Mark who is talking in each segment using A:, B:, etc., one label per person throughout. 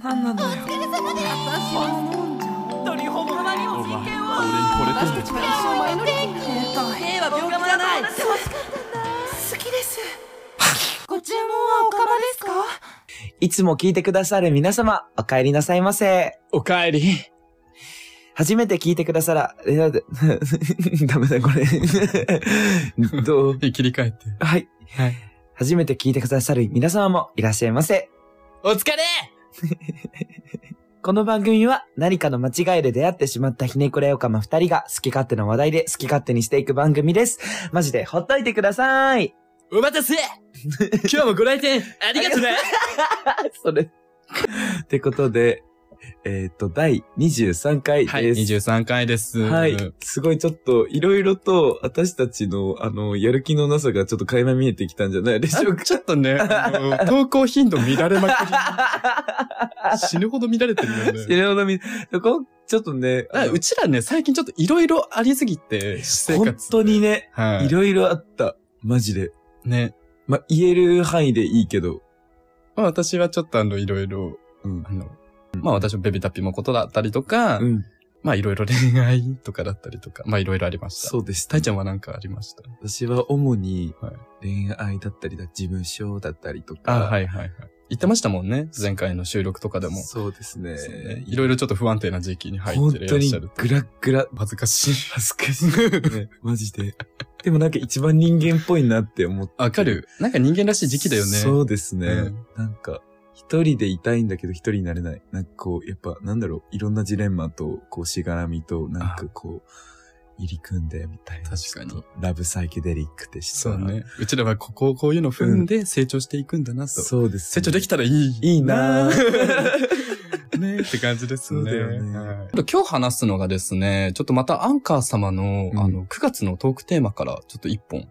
A: 何なのよ
B: お疲れ様です
A: 私は飲んじゃお
C: 本
A: う
C: 当にほんまにも
D: お前
C: 人権を
D: 俺に惚れてんの
A: 一生前乗り切りたい
C: 平和病気じゃない
A: 楽しかった好きですご注文はおかまですか
E: いつも聞いてくださる皆様、お帰りなさいませ。
D: おかえり。
E: 初めて聞いてくださら、えだ ダメだこれ。 どう
D: で切り替えて。
E: はい。
D: はい。
E: 初めて聞いてくださる皆様もいらっしゃいませ。
D: お疲れ
E: この番組は何かの間違いで出会ってしまったひねくれおかま二人が好き勝手な話題で好き勝手にしていく番組です。マジでほっといてください。
D: お待た せ今日もご来店ありがとうね
E: それ。ってことで、えっ、と、第23回です。
D: はい、23回です。
E: はい。すごいちょっと、いろいろと、私たちの、あの、やる気のなさがちょっと垣間見えてきたんじゃないでしょうか。
D: ちょっと ね、あの投稿頻度見られまくり。死ぬほど見られてるよ
E: い
D: ね。
E: ろいろ見、こちょっとね、
D: あうちらね、最近ちょっといろいろありすぎて、私生
E: 本
D: 活。
E: 当にね、
D: はい
E: ろいろあった。マジで。
D: い。ね。
E: ま、言える範囲でいいけど。
D: まあ私はちょっとあの、いろいろ、
E: うん
D: あの、まあ私もベビータピのことだったりとか、
E: うん。
D: まあいろいろ恋愛とかだったりとか、まあいろいろありました。
E: そうでした
D: たいちゃんはなんかありました
E: 私は主に
D: はい
E: 恋愛だったりだ、事務所だったりと
D: あ、
E: か。
D: はいはいはい。言ってましたもんね。前回の収録とかでも。
E: そうですね
D: そうね。いろいろちょっと不安定な時期に入
E: 本
D: ってら
E: 当
D: っ
E: に
D: しゃる。
E: グラッグラ。
D: 恥ずか しい。
E: 恥ずかしい、ね。マジで。でもなんか一番人間っぽいなって思って。
D: わかる。なんか人間らしい時期だよね。
E: そうですね。
D: うん
E: なんか、一人でいたいんだけど一人になれない。なんかこう、やっぱなんだろう、いろんなジレンマと、こう、しがらみと、なんかこう、入り組んでみたいな。
D: 確かに
E: ちょっとラブサイケデリックでした。
D: そう。ね。うちらはここをこういうの踏んで成長していくんだなと。
E: そうです、
D: 成長できたらいい。
E: いいなぁ
D: ねって感じですね。
E: そうだよね
D: はいちょっと今日話すのがですね、ちょっとまたアンカー様の、
E: うん
D: あの、9月のトークテーマからちょっと一本、ちょっ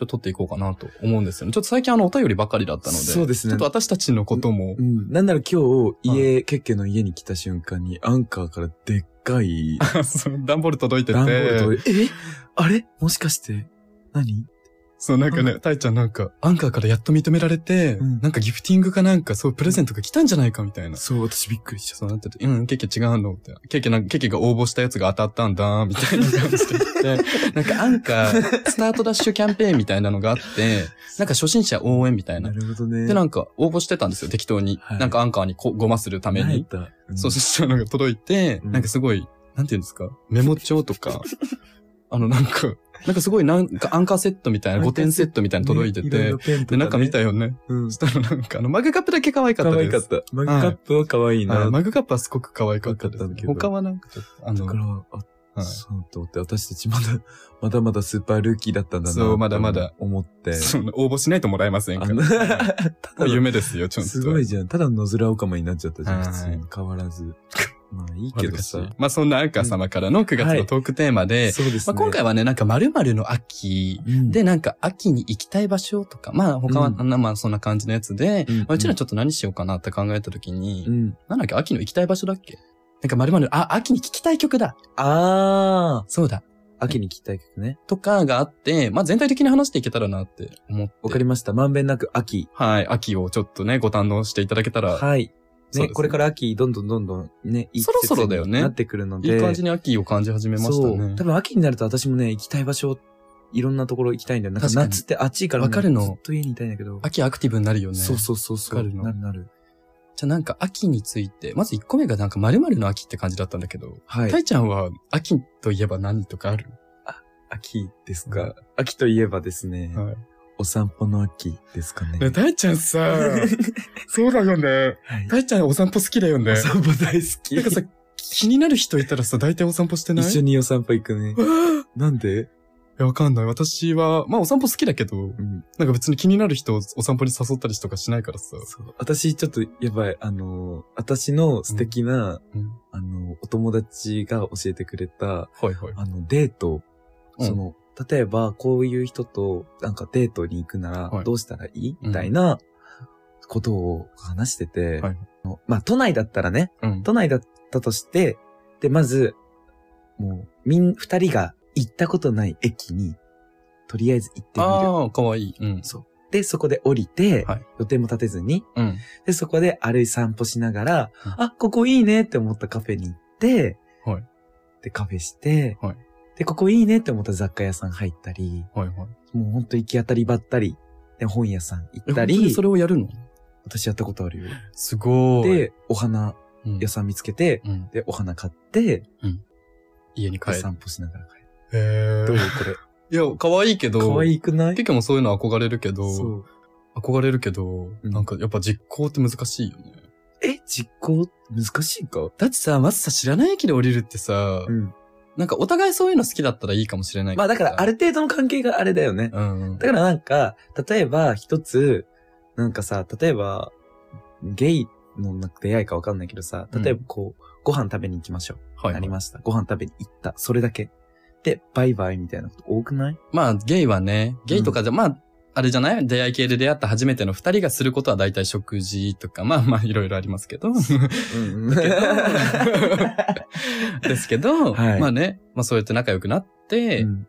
D: と取っていこうかなと思うんですよね。ちょっと最近あの、お便りばかりだったので、
E: そうですね
D: ちょっと私たちのことも
E: う、ん。なんなら今日、家、ケッケの家に来た瞬間に、アンカーからでっか い
D: その段ボール届いてて、
E: 段ボールと、えあれもしかして、何
D: そう、なんかね、たいちゃんなんか、アンカーからやっと認められて、
E: うん
D: なんかギフティングかなんか、そう、プレゼントが来たんじゃないかみたいな。
E: そう、私びっくりしちゃっ
D: そうなってて、うん、ケーキ違うのみたいな。ケーキなんか、ケーキが応募したやつが当たったんだ、みたいな感じで言って。 なんかアンカー、スタートダッシュキャンペーンみたいなのがあって、なんか初心者応援みた
E: た。
D: いな
E: な。るほどね。
D: で、なんか応募してたんですよ、適当に。
E: はい
D: なんかアンカーにこごまするため
E: 慣れ
D: に。
E: た。ん
D: そうしたのが届いて、
E: うん
D: なんかすごい、なんていうんですか、メモ帳と か、あのなんか、なんかすごいなんかアンカーセットみたいな、5点セットみたいなの届いて
E: ねろ
D: て
E: ろ、ペンとか
D: で、
E: ね
D: なんか見たよね。
E: うん
D: そしたらなんかあの、マグカップだけ可愛か
E: 可
D: ったで
E: 愛
D: す。
E: かった。マグカップは可愛い
D: はい
E: な。
D: マグカップはすごく可愛かったで
E: 可
D: す
E: 愛かったんだけ。ど
D: 他はなんかちょっと、あ
E: だ
D: の、
E: から、あ、
D: はい
E: そうと思って、私たちまだ、 まだまだスーパールーキーだったんだな。
D: そうまだまだ。
E: 思って。
D: その応募しないともらえませんか
E: あの
D: ら。
E: た
D: も
E: だ
D: う、夢ですよ、ちょっと。
E: すごいじゃん。ただの野面オカマになっちゃったじゃん、
D: はい
E: 普通に。変 わらず。まあいい
D: 恥
E: け
D: ず
E: ど
D: かし
E: さ
D: い。。まあそんなアンカー様からの9月のトークテーマで、
E: そうです
D: まあ
E: ね。
D: 今回はね、なんか〇〇の秋
E: うん、
D: で、なんか秋に行きたい場所とか、まあ他は、
E: う
D: まあそんな感じのやつで、
E: うん
D: まあうちらちょっと何しようかなって考えた時に、
E: うん。
D: なんだっけ、秋の行きたい場所だっけなんか〇〇、あ、秋に聴きたい曲だ
E: あ
D: そうだ
E: ー、秋に聞きたい曲ね。
D: とかがあって、まあ全体的に話していけたらなって思って。
E: わかりました。まんべんなく秋。
D: はい、秋をちょっとね、ご堪能していただけたら、
E: はい。
D: そうですね
E: ね、これから秋、どんどんどんどんね、いい季節
D: そろそろだよね
E: になってくるの
D: い、
E: で。
D: い感じに秋を感じ始めました
E: そう。
D: ね
E: 多。分秋になると私もね、行きたい場所、いろんなところ行きたいんだよ。なんか
D: 確かに
E: 夏って暑いから、ね、
D: わかるの
E: ずっと家にいたいんだけど。
D: 秋アクティブになるよね。
E: そうそうそうそう。
D: わかるの
E: なるなる。
D: じゃあなんか秋について、まず1個目がなんか〇〇の秋って感じだったんだけど、
E: は
D: た
E: い。
D: いちゃんは秋といえば何とかある
E: 秋ですか。秋といえばですね、
D: はい
E: お散歩の秋ですかね。
D: ねたいちゃんさそうだよね。
E: はい。
D: たいちゃんお散歩好きだよね
E: お散歩大好き。
D: なんかさ、気になる人いたらさ、大体お散歩してない
E: 一緒
D: に。
E: にお散歩行くね。なんで
D: いやわかんない。私は、まあお散歩好きだけど、
E: うん。
D: なんか別に気になる人をお散歩に誘ったりとかしないからさ。
E: そう。私、ちょっと、やばい。あのー、私の素敵な、
D: うんうん
E: あのー、お友達が教えてくれた、
D: はいはい。
E: あの、デート、
D: うん
E: その、例えば、こういう人と、なんかデートに行くな
D: は
E: ら、
D: い
E: どうしたらいい、
D: うん
E: みたいな、ことを話してて、
D: はい
E: あのまあ、都内だったらね、
D: うん。
E: 都内だったとして、で、まず、もう、みん、二人が行ったことない駅に、とりあえず行ってみる。
D: ああ、かわいい。うん。
E: そう。で、そこで降りて、
D: はい
E: 予定も立てずに、
D: うん。
E: で、そこで歩い散歩しながら、
D: うん
E: あ、ここいいねって思ったカフェに行って、
D: はい
E: で、カフェして、
D: はい
E: で、ここいいねって思った雑貨屋さん入ったり、
D: はいはい。
E: もうほんと行き当たりばったり、で、本屋さん行
D: え
E: った
D: 本当に
E: り
D: そ、れをやるの
E: 私やったことあるよ。
D: すごい。
E: で、お花
D: うん
E: 屋さん見つけて、
D: うん
E: で、お花買って、
D: 家に帰
E: で
D: る。
E: 散歩しながら帰る。
D: へー
E: どういう
D: いや、可愛いけ
E: こ
D: ど、
E: れ。可愛くない
D: 結構もそういうの憧れるけ
E: そ
D: ど、
E: う。
D: 憧れるけど、
E: うん
D: なんかやっぱ実行って難しいよね。
E: え、実行難しいか
D: だってさ、まずさ、知らない駅で降りるってさ、
E: うん。
D: なんかお互いそういうの好きだったらいいかもしれないけど
E: まあ
D: さ
E: だからある、程度の関係があれだよね。
D: うんうん。
E: だからなんか、例えば一つ、なんかさ、例えば、ゲイのなんか出会いかわかんないけどさ、
D: うん
E: 例えばこう、ご飯食べに行きましょう。
D: はい
E: なりました。ご飯食べに行った。それだけ。で、バイバイみたいなこと多くない
D: まあ、ゲイはね、ゲイとかじゃ、まあ、あれじゃない出会い系で出会った初めての二人がすることは大体食事とか、まあまあ、いろいろありますけど。
E: うん。
D: ですけど、
E: はい
D: まあね、まあそうやって仲良くなって、
E: うん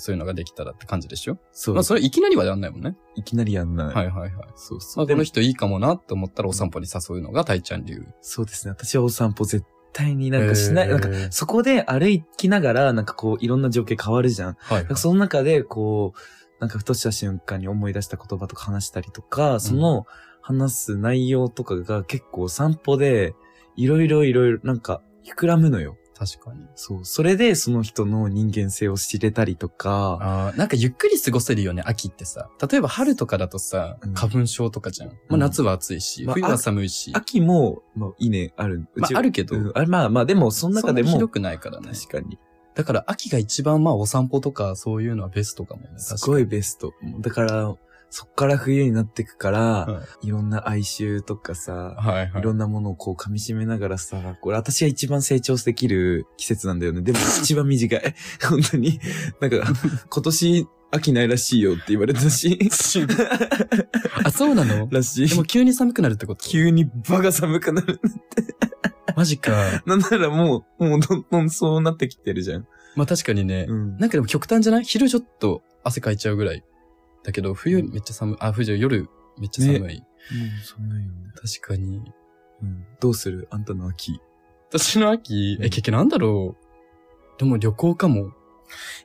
D: そういうのができたらって感じでしょ
E: そう、
D: まあそれいきなりはやんないもんね。
E: いきなりやんない。
D: はいはいはい。
E: そうそ
D: ま
E: う。
D: あ
E: で
D: こ
E: も
D: の人いいかもなって思ったらお散歩に誘うのがたいちゃん流。
E: そうですね。私はお散歩絶対になんかしない。
D: へー
E: なんか、そこで歩きながら、なんかこう、いろんな情景変わるじゃん。
D: はい
E: なんかその中で、こう、なんかふとした瞬間に思い出した言葉とか話したりとか、その話す内容とかが結構散歩で、いろいろいろいろ、なんか、膨らむのよ。
D: 確かに。
E: そう。それで、その人の人間性を知れたりとか、
D: あーなんかゆっくり過ごせるよね、秋ってさ。例えば春とかだとさ
E: うん、
D: 花粉症とかじゃん。まあ夏は暑いし、
E: まあ
D: 冬は寒いし。
E: 秋も、まあ、いいね、ある。う
D: ま
E: ち
D: ああるけど
E: うんあまあまあ、でも、その中で
D: そんなひ
E: も
D: ど、くないからね。
E: 確かに、
D: だから秋が一番まあお散歩とかそういうのはベストかもね。
E: すごいベスト。だから、そっから冬になってくから、、
D: はい
E: ろんな哀愁とかさ、
D: はいはい
E: ろんなものをこう噛み締めながらさ、これ私が一番成長できる季節なんだよね。でも一番短い。 本当に。なんか、今年秋ないらしいよって言われたし、
D: あ、そうな の
E: らしい
D: で。も急に寒くなるってこと
E: 急に場が寒くなる。
D: マジ か。
E: なんならもう、もうどんどんそうなってきてるじゃん。
D: まあ確かにね。
E: うん。
D: なんかでも極端じゃない昼ちょっと汗かいちゃうぐらい。だけど冬めっちゃ寒い。あ、冬夜めっちゃ寒い。
E: 寒いよね。
D: 確かに。
E: うん。どうするあんたの秋。
D: 私の秋、
E: うん
D: え、結局なんだろう。でも旅行かも。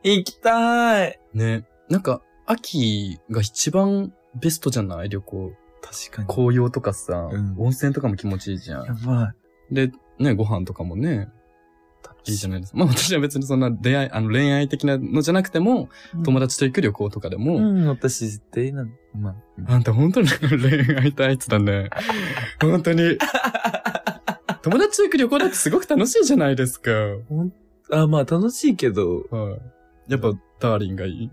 E: 行きたい
D: ね。なんか、秋が一番ベストじゃない旅行。
E: 確かに。
D: 紅葉とかさ、
E: うん
D: 温泉とかも気持ちいいじゃ
E: や
D: ん。
E: ばい。
D: で、ね、ご飯とかもね、
E: 楽
D: いいじゃないですか。まあ私は別にそんな出会い、あの恋愛的なのじゃなくても、友達と行く旅行とかでも、
E: うん、私絶対なの。まあ、
D: あんた本当に恋愛タイツだ ね。本当に。友達と行く旅行だってすごく楽しいじゃないですか。
E: あ、まあ楽しいけど、
D: はい。やっぱ、ダーリンがいい。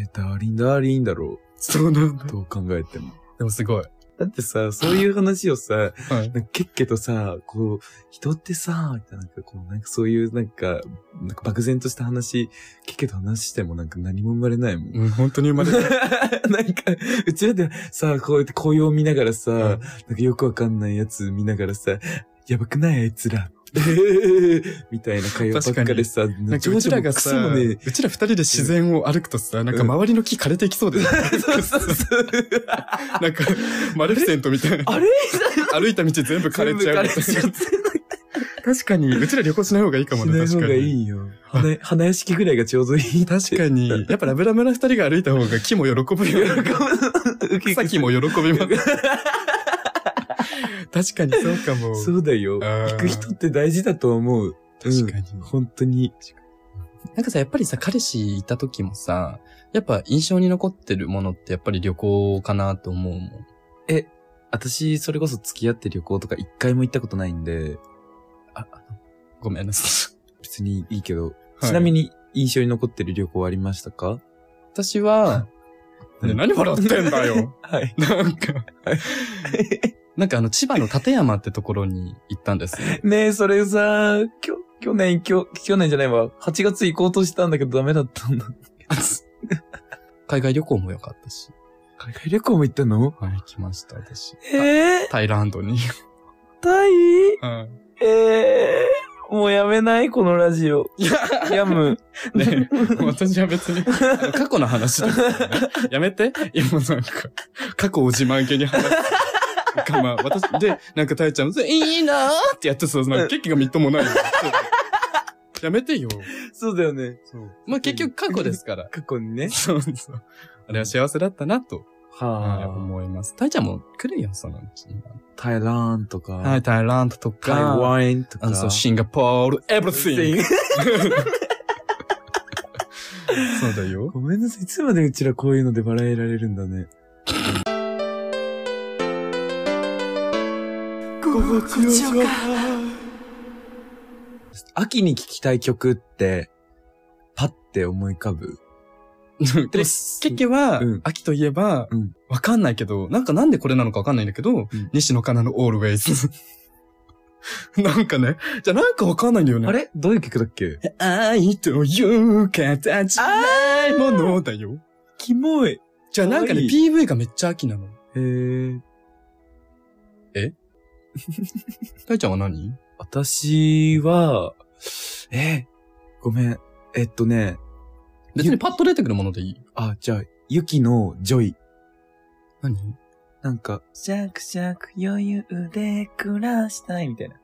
E: えー、ダーリン、ダーリンだろ
D: そうなん
E: う。。どう考えても。
D: でもすごい。
E: だってさ、そういう話をさ、
D: はい。
E: なんかケッケとさ、こう、人ってさ、みたいな、なんかこう、なんかそういう、なんか、なんか漠然とした話、ケッケと話してもなんか何も生まれないもん。
D: う ん、本当に生まれた。
E: なんか、うちらでさ、こうやって紅葉見ながらさ、
D: うん
E: なんかよくわかんないやつ見ながらさ、やばくないあいつら。 みたいな会話ばっかでさ、
D: なんかうちらが
E: 情緒
D: さ、
E: もクソもねえ
D: うちら二人で自然を歩くとさ、なんか周りの木枯れてい きそう で、
E: そう そうそう。
D: なんか、マレフィセントみたいな。
E: あれ
D: 歩いた道全部枯れちゃうみたい
E: 全部枯れちゃって
D: な。確かに、うちら旅行しない方がいいかも
E: し
D: ね、
E: ない
D: 確
E: 方
D: か
E: がい
D: に。
E: いよ。花花屋敷ぐらいがちょうどいい。
D: 確かに、やっぱラブラブな二人が歩いた方が木も喜ぶ よ。
E: 喜ぶ。
D: 草木も喜び ます。確かにそうかも。
E: そうだよ。
D: あー
E: 行く人って大事だと思う。
D: 確かに、
E: うん本当に。
D: なんかさ、やっぱりさ、彼氏いた時もさ、やっぱ印象に残ってるものってやっぱり旅行かなと思うもん。
E: 私、それこそ付き合って旅行とか一回も行ったことないんで、
D: ごめんなさい。
E: 別にいいけど、
D: はい
E: ちなみに印象に残ってる旅行はありましたか
D: 私は、
E: うん
D: ね何笑ってんだ よ。
E: はい。
D: なんか、なんかあの、千葉の館山ってところに行ったんですよ。
E: ねえ、それさ、きょ、去年、きょ、去年じゃないわ。8月行こうとしたんだけどダメだったんだ。
D: 海外旅行も良かったし。
E: 海外旅行も行ったの
D: はい、来ました、私。
E: ええ
D: タイランドに。
E: タイ
D: はい
E: ええもうやめないこのラ ジオ。やむ。
D: ね、私は別に、あの過去の話ですからね。やめて。今なんか、過去を自慢げに話す。かまあ、私、で、なんか、たえちゃん、それいいなーってやってそう、なんか、結局がみっともないよ。やめてよ。
E: そうだよね。
D: まあ、結局過去ですから。
E: 過去にね。
D: そうそう。あれは幸せだったな、と
E: は
D: 思います。たえちゃんも来るよ、そのうちには。
E: あ。タイランとか、
D: はい、タイランドと
E: 台
D: か、
E: 湾と
D: あの、
E: か。
D: そう、シンガポール、エブリシ ング。そうだよ。
E: ごめんなさい。いつまでうちらこういうので笑えられるんだね。
A: ごちそうか。
E: 秋に聴きたい曲って、パッて思い浮かぶ。
D: でも、ケッケは、
E: うん
D: 秋といえば
E: うん、
D: わかんないけど、なんかなんでこれなのかわかんないんだけど、
E: ん
D: 西野カナの Always。なんかね、じゃあなんかわかんないんだよね。
E: あれどういう曲だっけ
D: 愛という形ないものだよ。
E: キモい。
D: じゃあなんかね、
E: 可愛い
D: PV がめっちゃ秋なの。
E: へえ。
D: たいちゃんは何
E: 私は、え、ごめん。えっとね、
D: 別にパッと出てくるものでいい。
E: あ、じゃあ、ゆきのジョイ。
D: 何
E: なんか、シャクシャク余裕で暮らしたいみたいな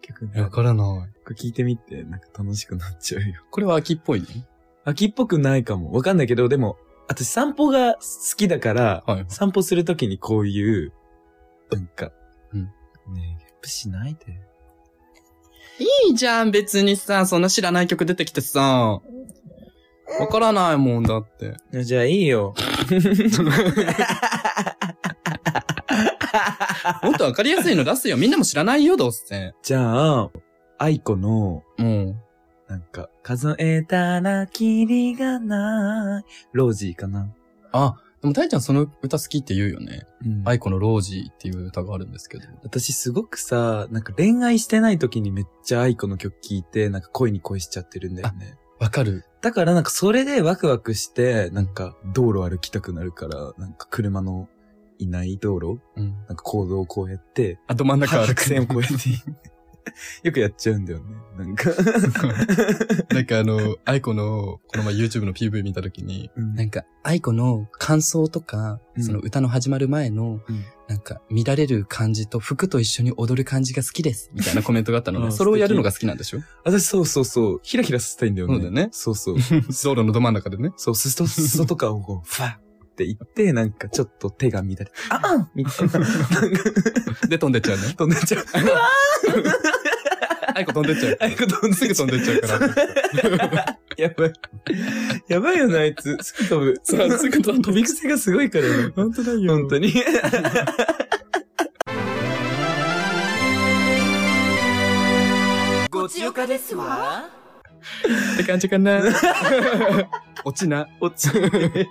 E: 曲が、
D: わ
E: こ
D: からない。
E: れ聞いてみて、なんか楽しくなっちゃうよ。
D: これは秋っぽいね。
E: 秋っぽくないかも。わかんないけど、でも、私散歩が好きだから、
D: はい。
E: 散歩するときにこういう、なんか、
D: うん
E: ねえ、ゲップしないで。
D: いいじゃん、別にさ、そんな知らない曲出てきてさ。わからないもんだって。
E: いやじゃあいいよ。
D: もっとわかりやすいの出すよ。みんなも知らないよ、どうせ。
E: じゃあ、アイコの、
D: うん。
E: なんか、数えたらキリがない。ロージーかな。
D: あ、でもたいちゃんその歌好きって言うよね。
E: うん
D: アイコのロージーっていう歌があるんですけど。
E: 私すごくさ、なんか恋愛してない時にめっちゃアイコの曲聴いて、なんか恋に恋しちゃってるんだよね。
D: わかる。
E: だからなんかそれでワクワクして、なんか道路歩きたくなるから、なんか車のいない道路
D: うん。
E: なんか行動をこうやって、
D: あ、ど真ん中歩
E: 白
D: く。
E: 線をこうやって。よくやっちゃうんだよね。なんか、
D: なんかあの、アイコの、この前 YouTube の PV 見たときに、
E: うん
D: なんか、アイコの感想とか、
E: うん
D: その歌の始まる前の、
E: うん
D: なんか、乱れる感じと服と一緒に踊る感じが好きです、みたいなコメントがあったの
E: あ
D: ね。
E: ー
D: それをやるのが好きなんでしょ
E: 私そうそうそう、ヒラヒラさせたいんだよね。
D: そうだね
E: そうそう。
D: 道路のど真ん中でね。
E: そう、すそ、すそとかをこう、ファって言って、なんかちょっと手が乱れて、ああみたいな。なんか
D: で、飛んでっちゃうね。
E: 飛んでっちゃう。
D: アイコ飛んでっちゃう。
E: あいこ飛ん
D: すぐ飛んでっちゃうから。
E: ら。やばい。やばいよな、あいつ。すぐ飛ぶ。
D: そうすぐ飛ぶ
E: 飛び癖がすごいからね。
D: 本当だよ
E: 本当に。
A: ごちよかですわ。
D: って感じかな。落ちな。
E: 落 ちる。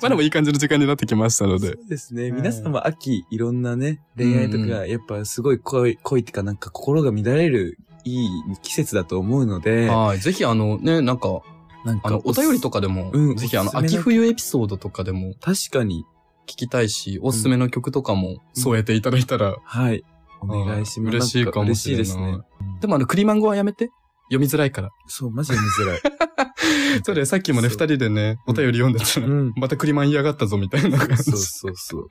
D: まあでもいい感じの時間になってきましたの
E: そう
D: で。
E: ですね。
D: い
E: 皆様、秋、いろんなね、恋愛と
D: うん
E: か、やっぱすごい恋、恋っていうかなんか心が乱れるいい季節だと思うので、
D: はい。ぜひあのね、なんか、
E: なんか
D: あの、お便りと
E: か。
D: かでも、
E: うん
D: ぜひあ
E: おす
D: の、
E: すめの
D: 秋冬エピソードとかでも
E: 確かに。
D: 聞きたいし、おすすめの曲とかも添えていただいたら、
E: はい。お願いします。
D: 嬉しい
E: なん
D: かもしれない。
E: 嬉しいですね。
D: でもあの、クリマン語はやめて。読みづらいから。
E: そう、マジで見づらい。
D: そうだよ、さっきもね、
E: そ
D: 二
E: う
D: 人でね、お便り読んでたら、
E: うん。
D: またクリマン嫌がったぞみたいな感じ
E: そうそうそう。わ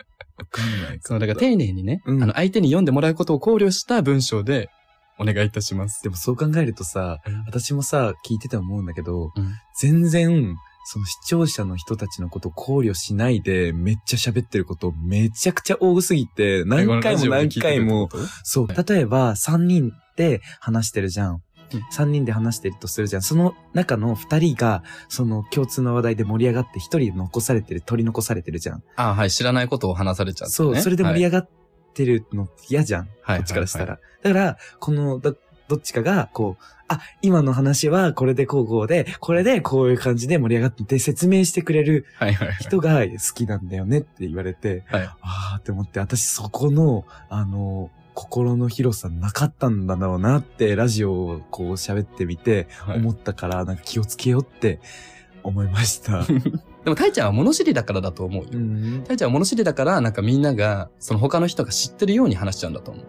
E: かんない
D: そう、だから丁寧にね、
E: うん
D: あの、相手に読んでもらうことを考慮した文章で、お願いいたします。
E: でもそう考えるとさ、
D: うん
E: 私もさ、聞いてて思うんだけど、
D: うん
E: 全然、その視聴者の人たちのことを考慮しないで、めっちゃ喋ってることめちゃくちゃ多すぎて、何回も何回も、。そう、例えば3人で話してるじゃん
D: うん。
E: 3人で話してるとするじゃん。その中の2人が、その共通の話題で盛り上がって1人残されてる、取り残されてるじゃん。
D: ああはい、知らないことを話されちゃって、ね。
E: そう、それで盛り
D: 上
E: 上がってるの嫌じゃん。
D: が
E: こっちからした。
D: はい
E: ら。だから、この、どどっちかが、こう、あ、今の話はこれでこうこうで、これでこういう感じで盛り上がってて説明してくれる
D: はいはいはい。
E: 人が好きなんだよねって言われて、
D: はい
E: ああーって思って、私そこの、あの、心の広さなかったんだろうなって、ラジオをこう喋ってみて、
D: はい
E: 思ったから、なんか気をつけようって思い ました。
D: でも、たいちゃんは物知りだからだと思うよ。
E: うん
D: たいちゃんは物知りだから、なんかみんなが、その他の人が知ってるように話しちゃうんだと思う。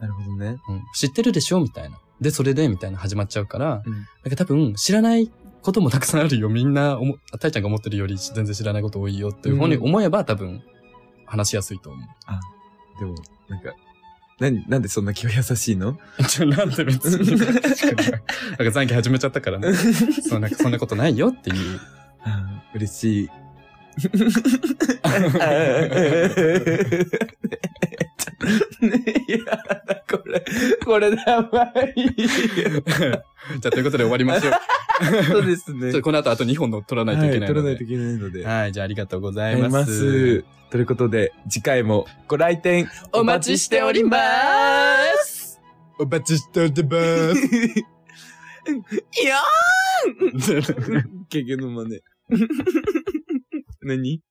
E: なるほどね。
D: うん知ってるでしょみたいな。で、それで、みたいな始まっちゃうから、
E: うん
D: なんか多分、知らないこともたくさんあるよ。みんな思、たいちゃんが思ってるより全然知らないこと多いよっていう方に
E: うん
D: 思えば、多分、話しやすいと思
E: でも、なんか、なん、なんでそんな気は優しいの
D: う。ちょ、なんで別に。なんか残機始めちゃったからね。そう、なんかそんなことないよって いう。
E: あー嬉しい。ねいやだ、これ、これやばい。
D: じゃあ、ということで終わりましょう。
E: そうです
D: ちょ
E: ね
D: っ。とこの後あと2本の撮らないといけないので。
E: 取らないといけないので。
D: はい、じゃあありがとうござ
E: あ
D: い
E: り
D: ます。
E: ます。ということで、次回もご来店
D: お待ちしておりまーすお待ちしておりまー す
E: いやー ゲゲの真似。何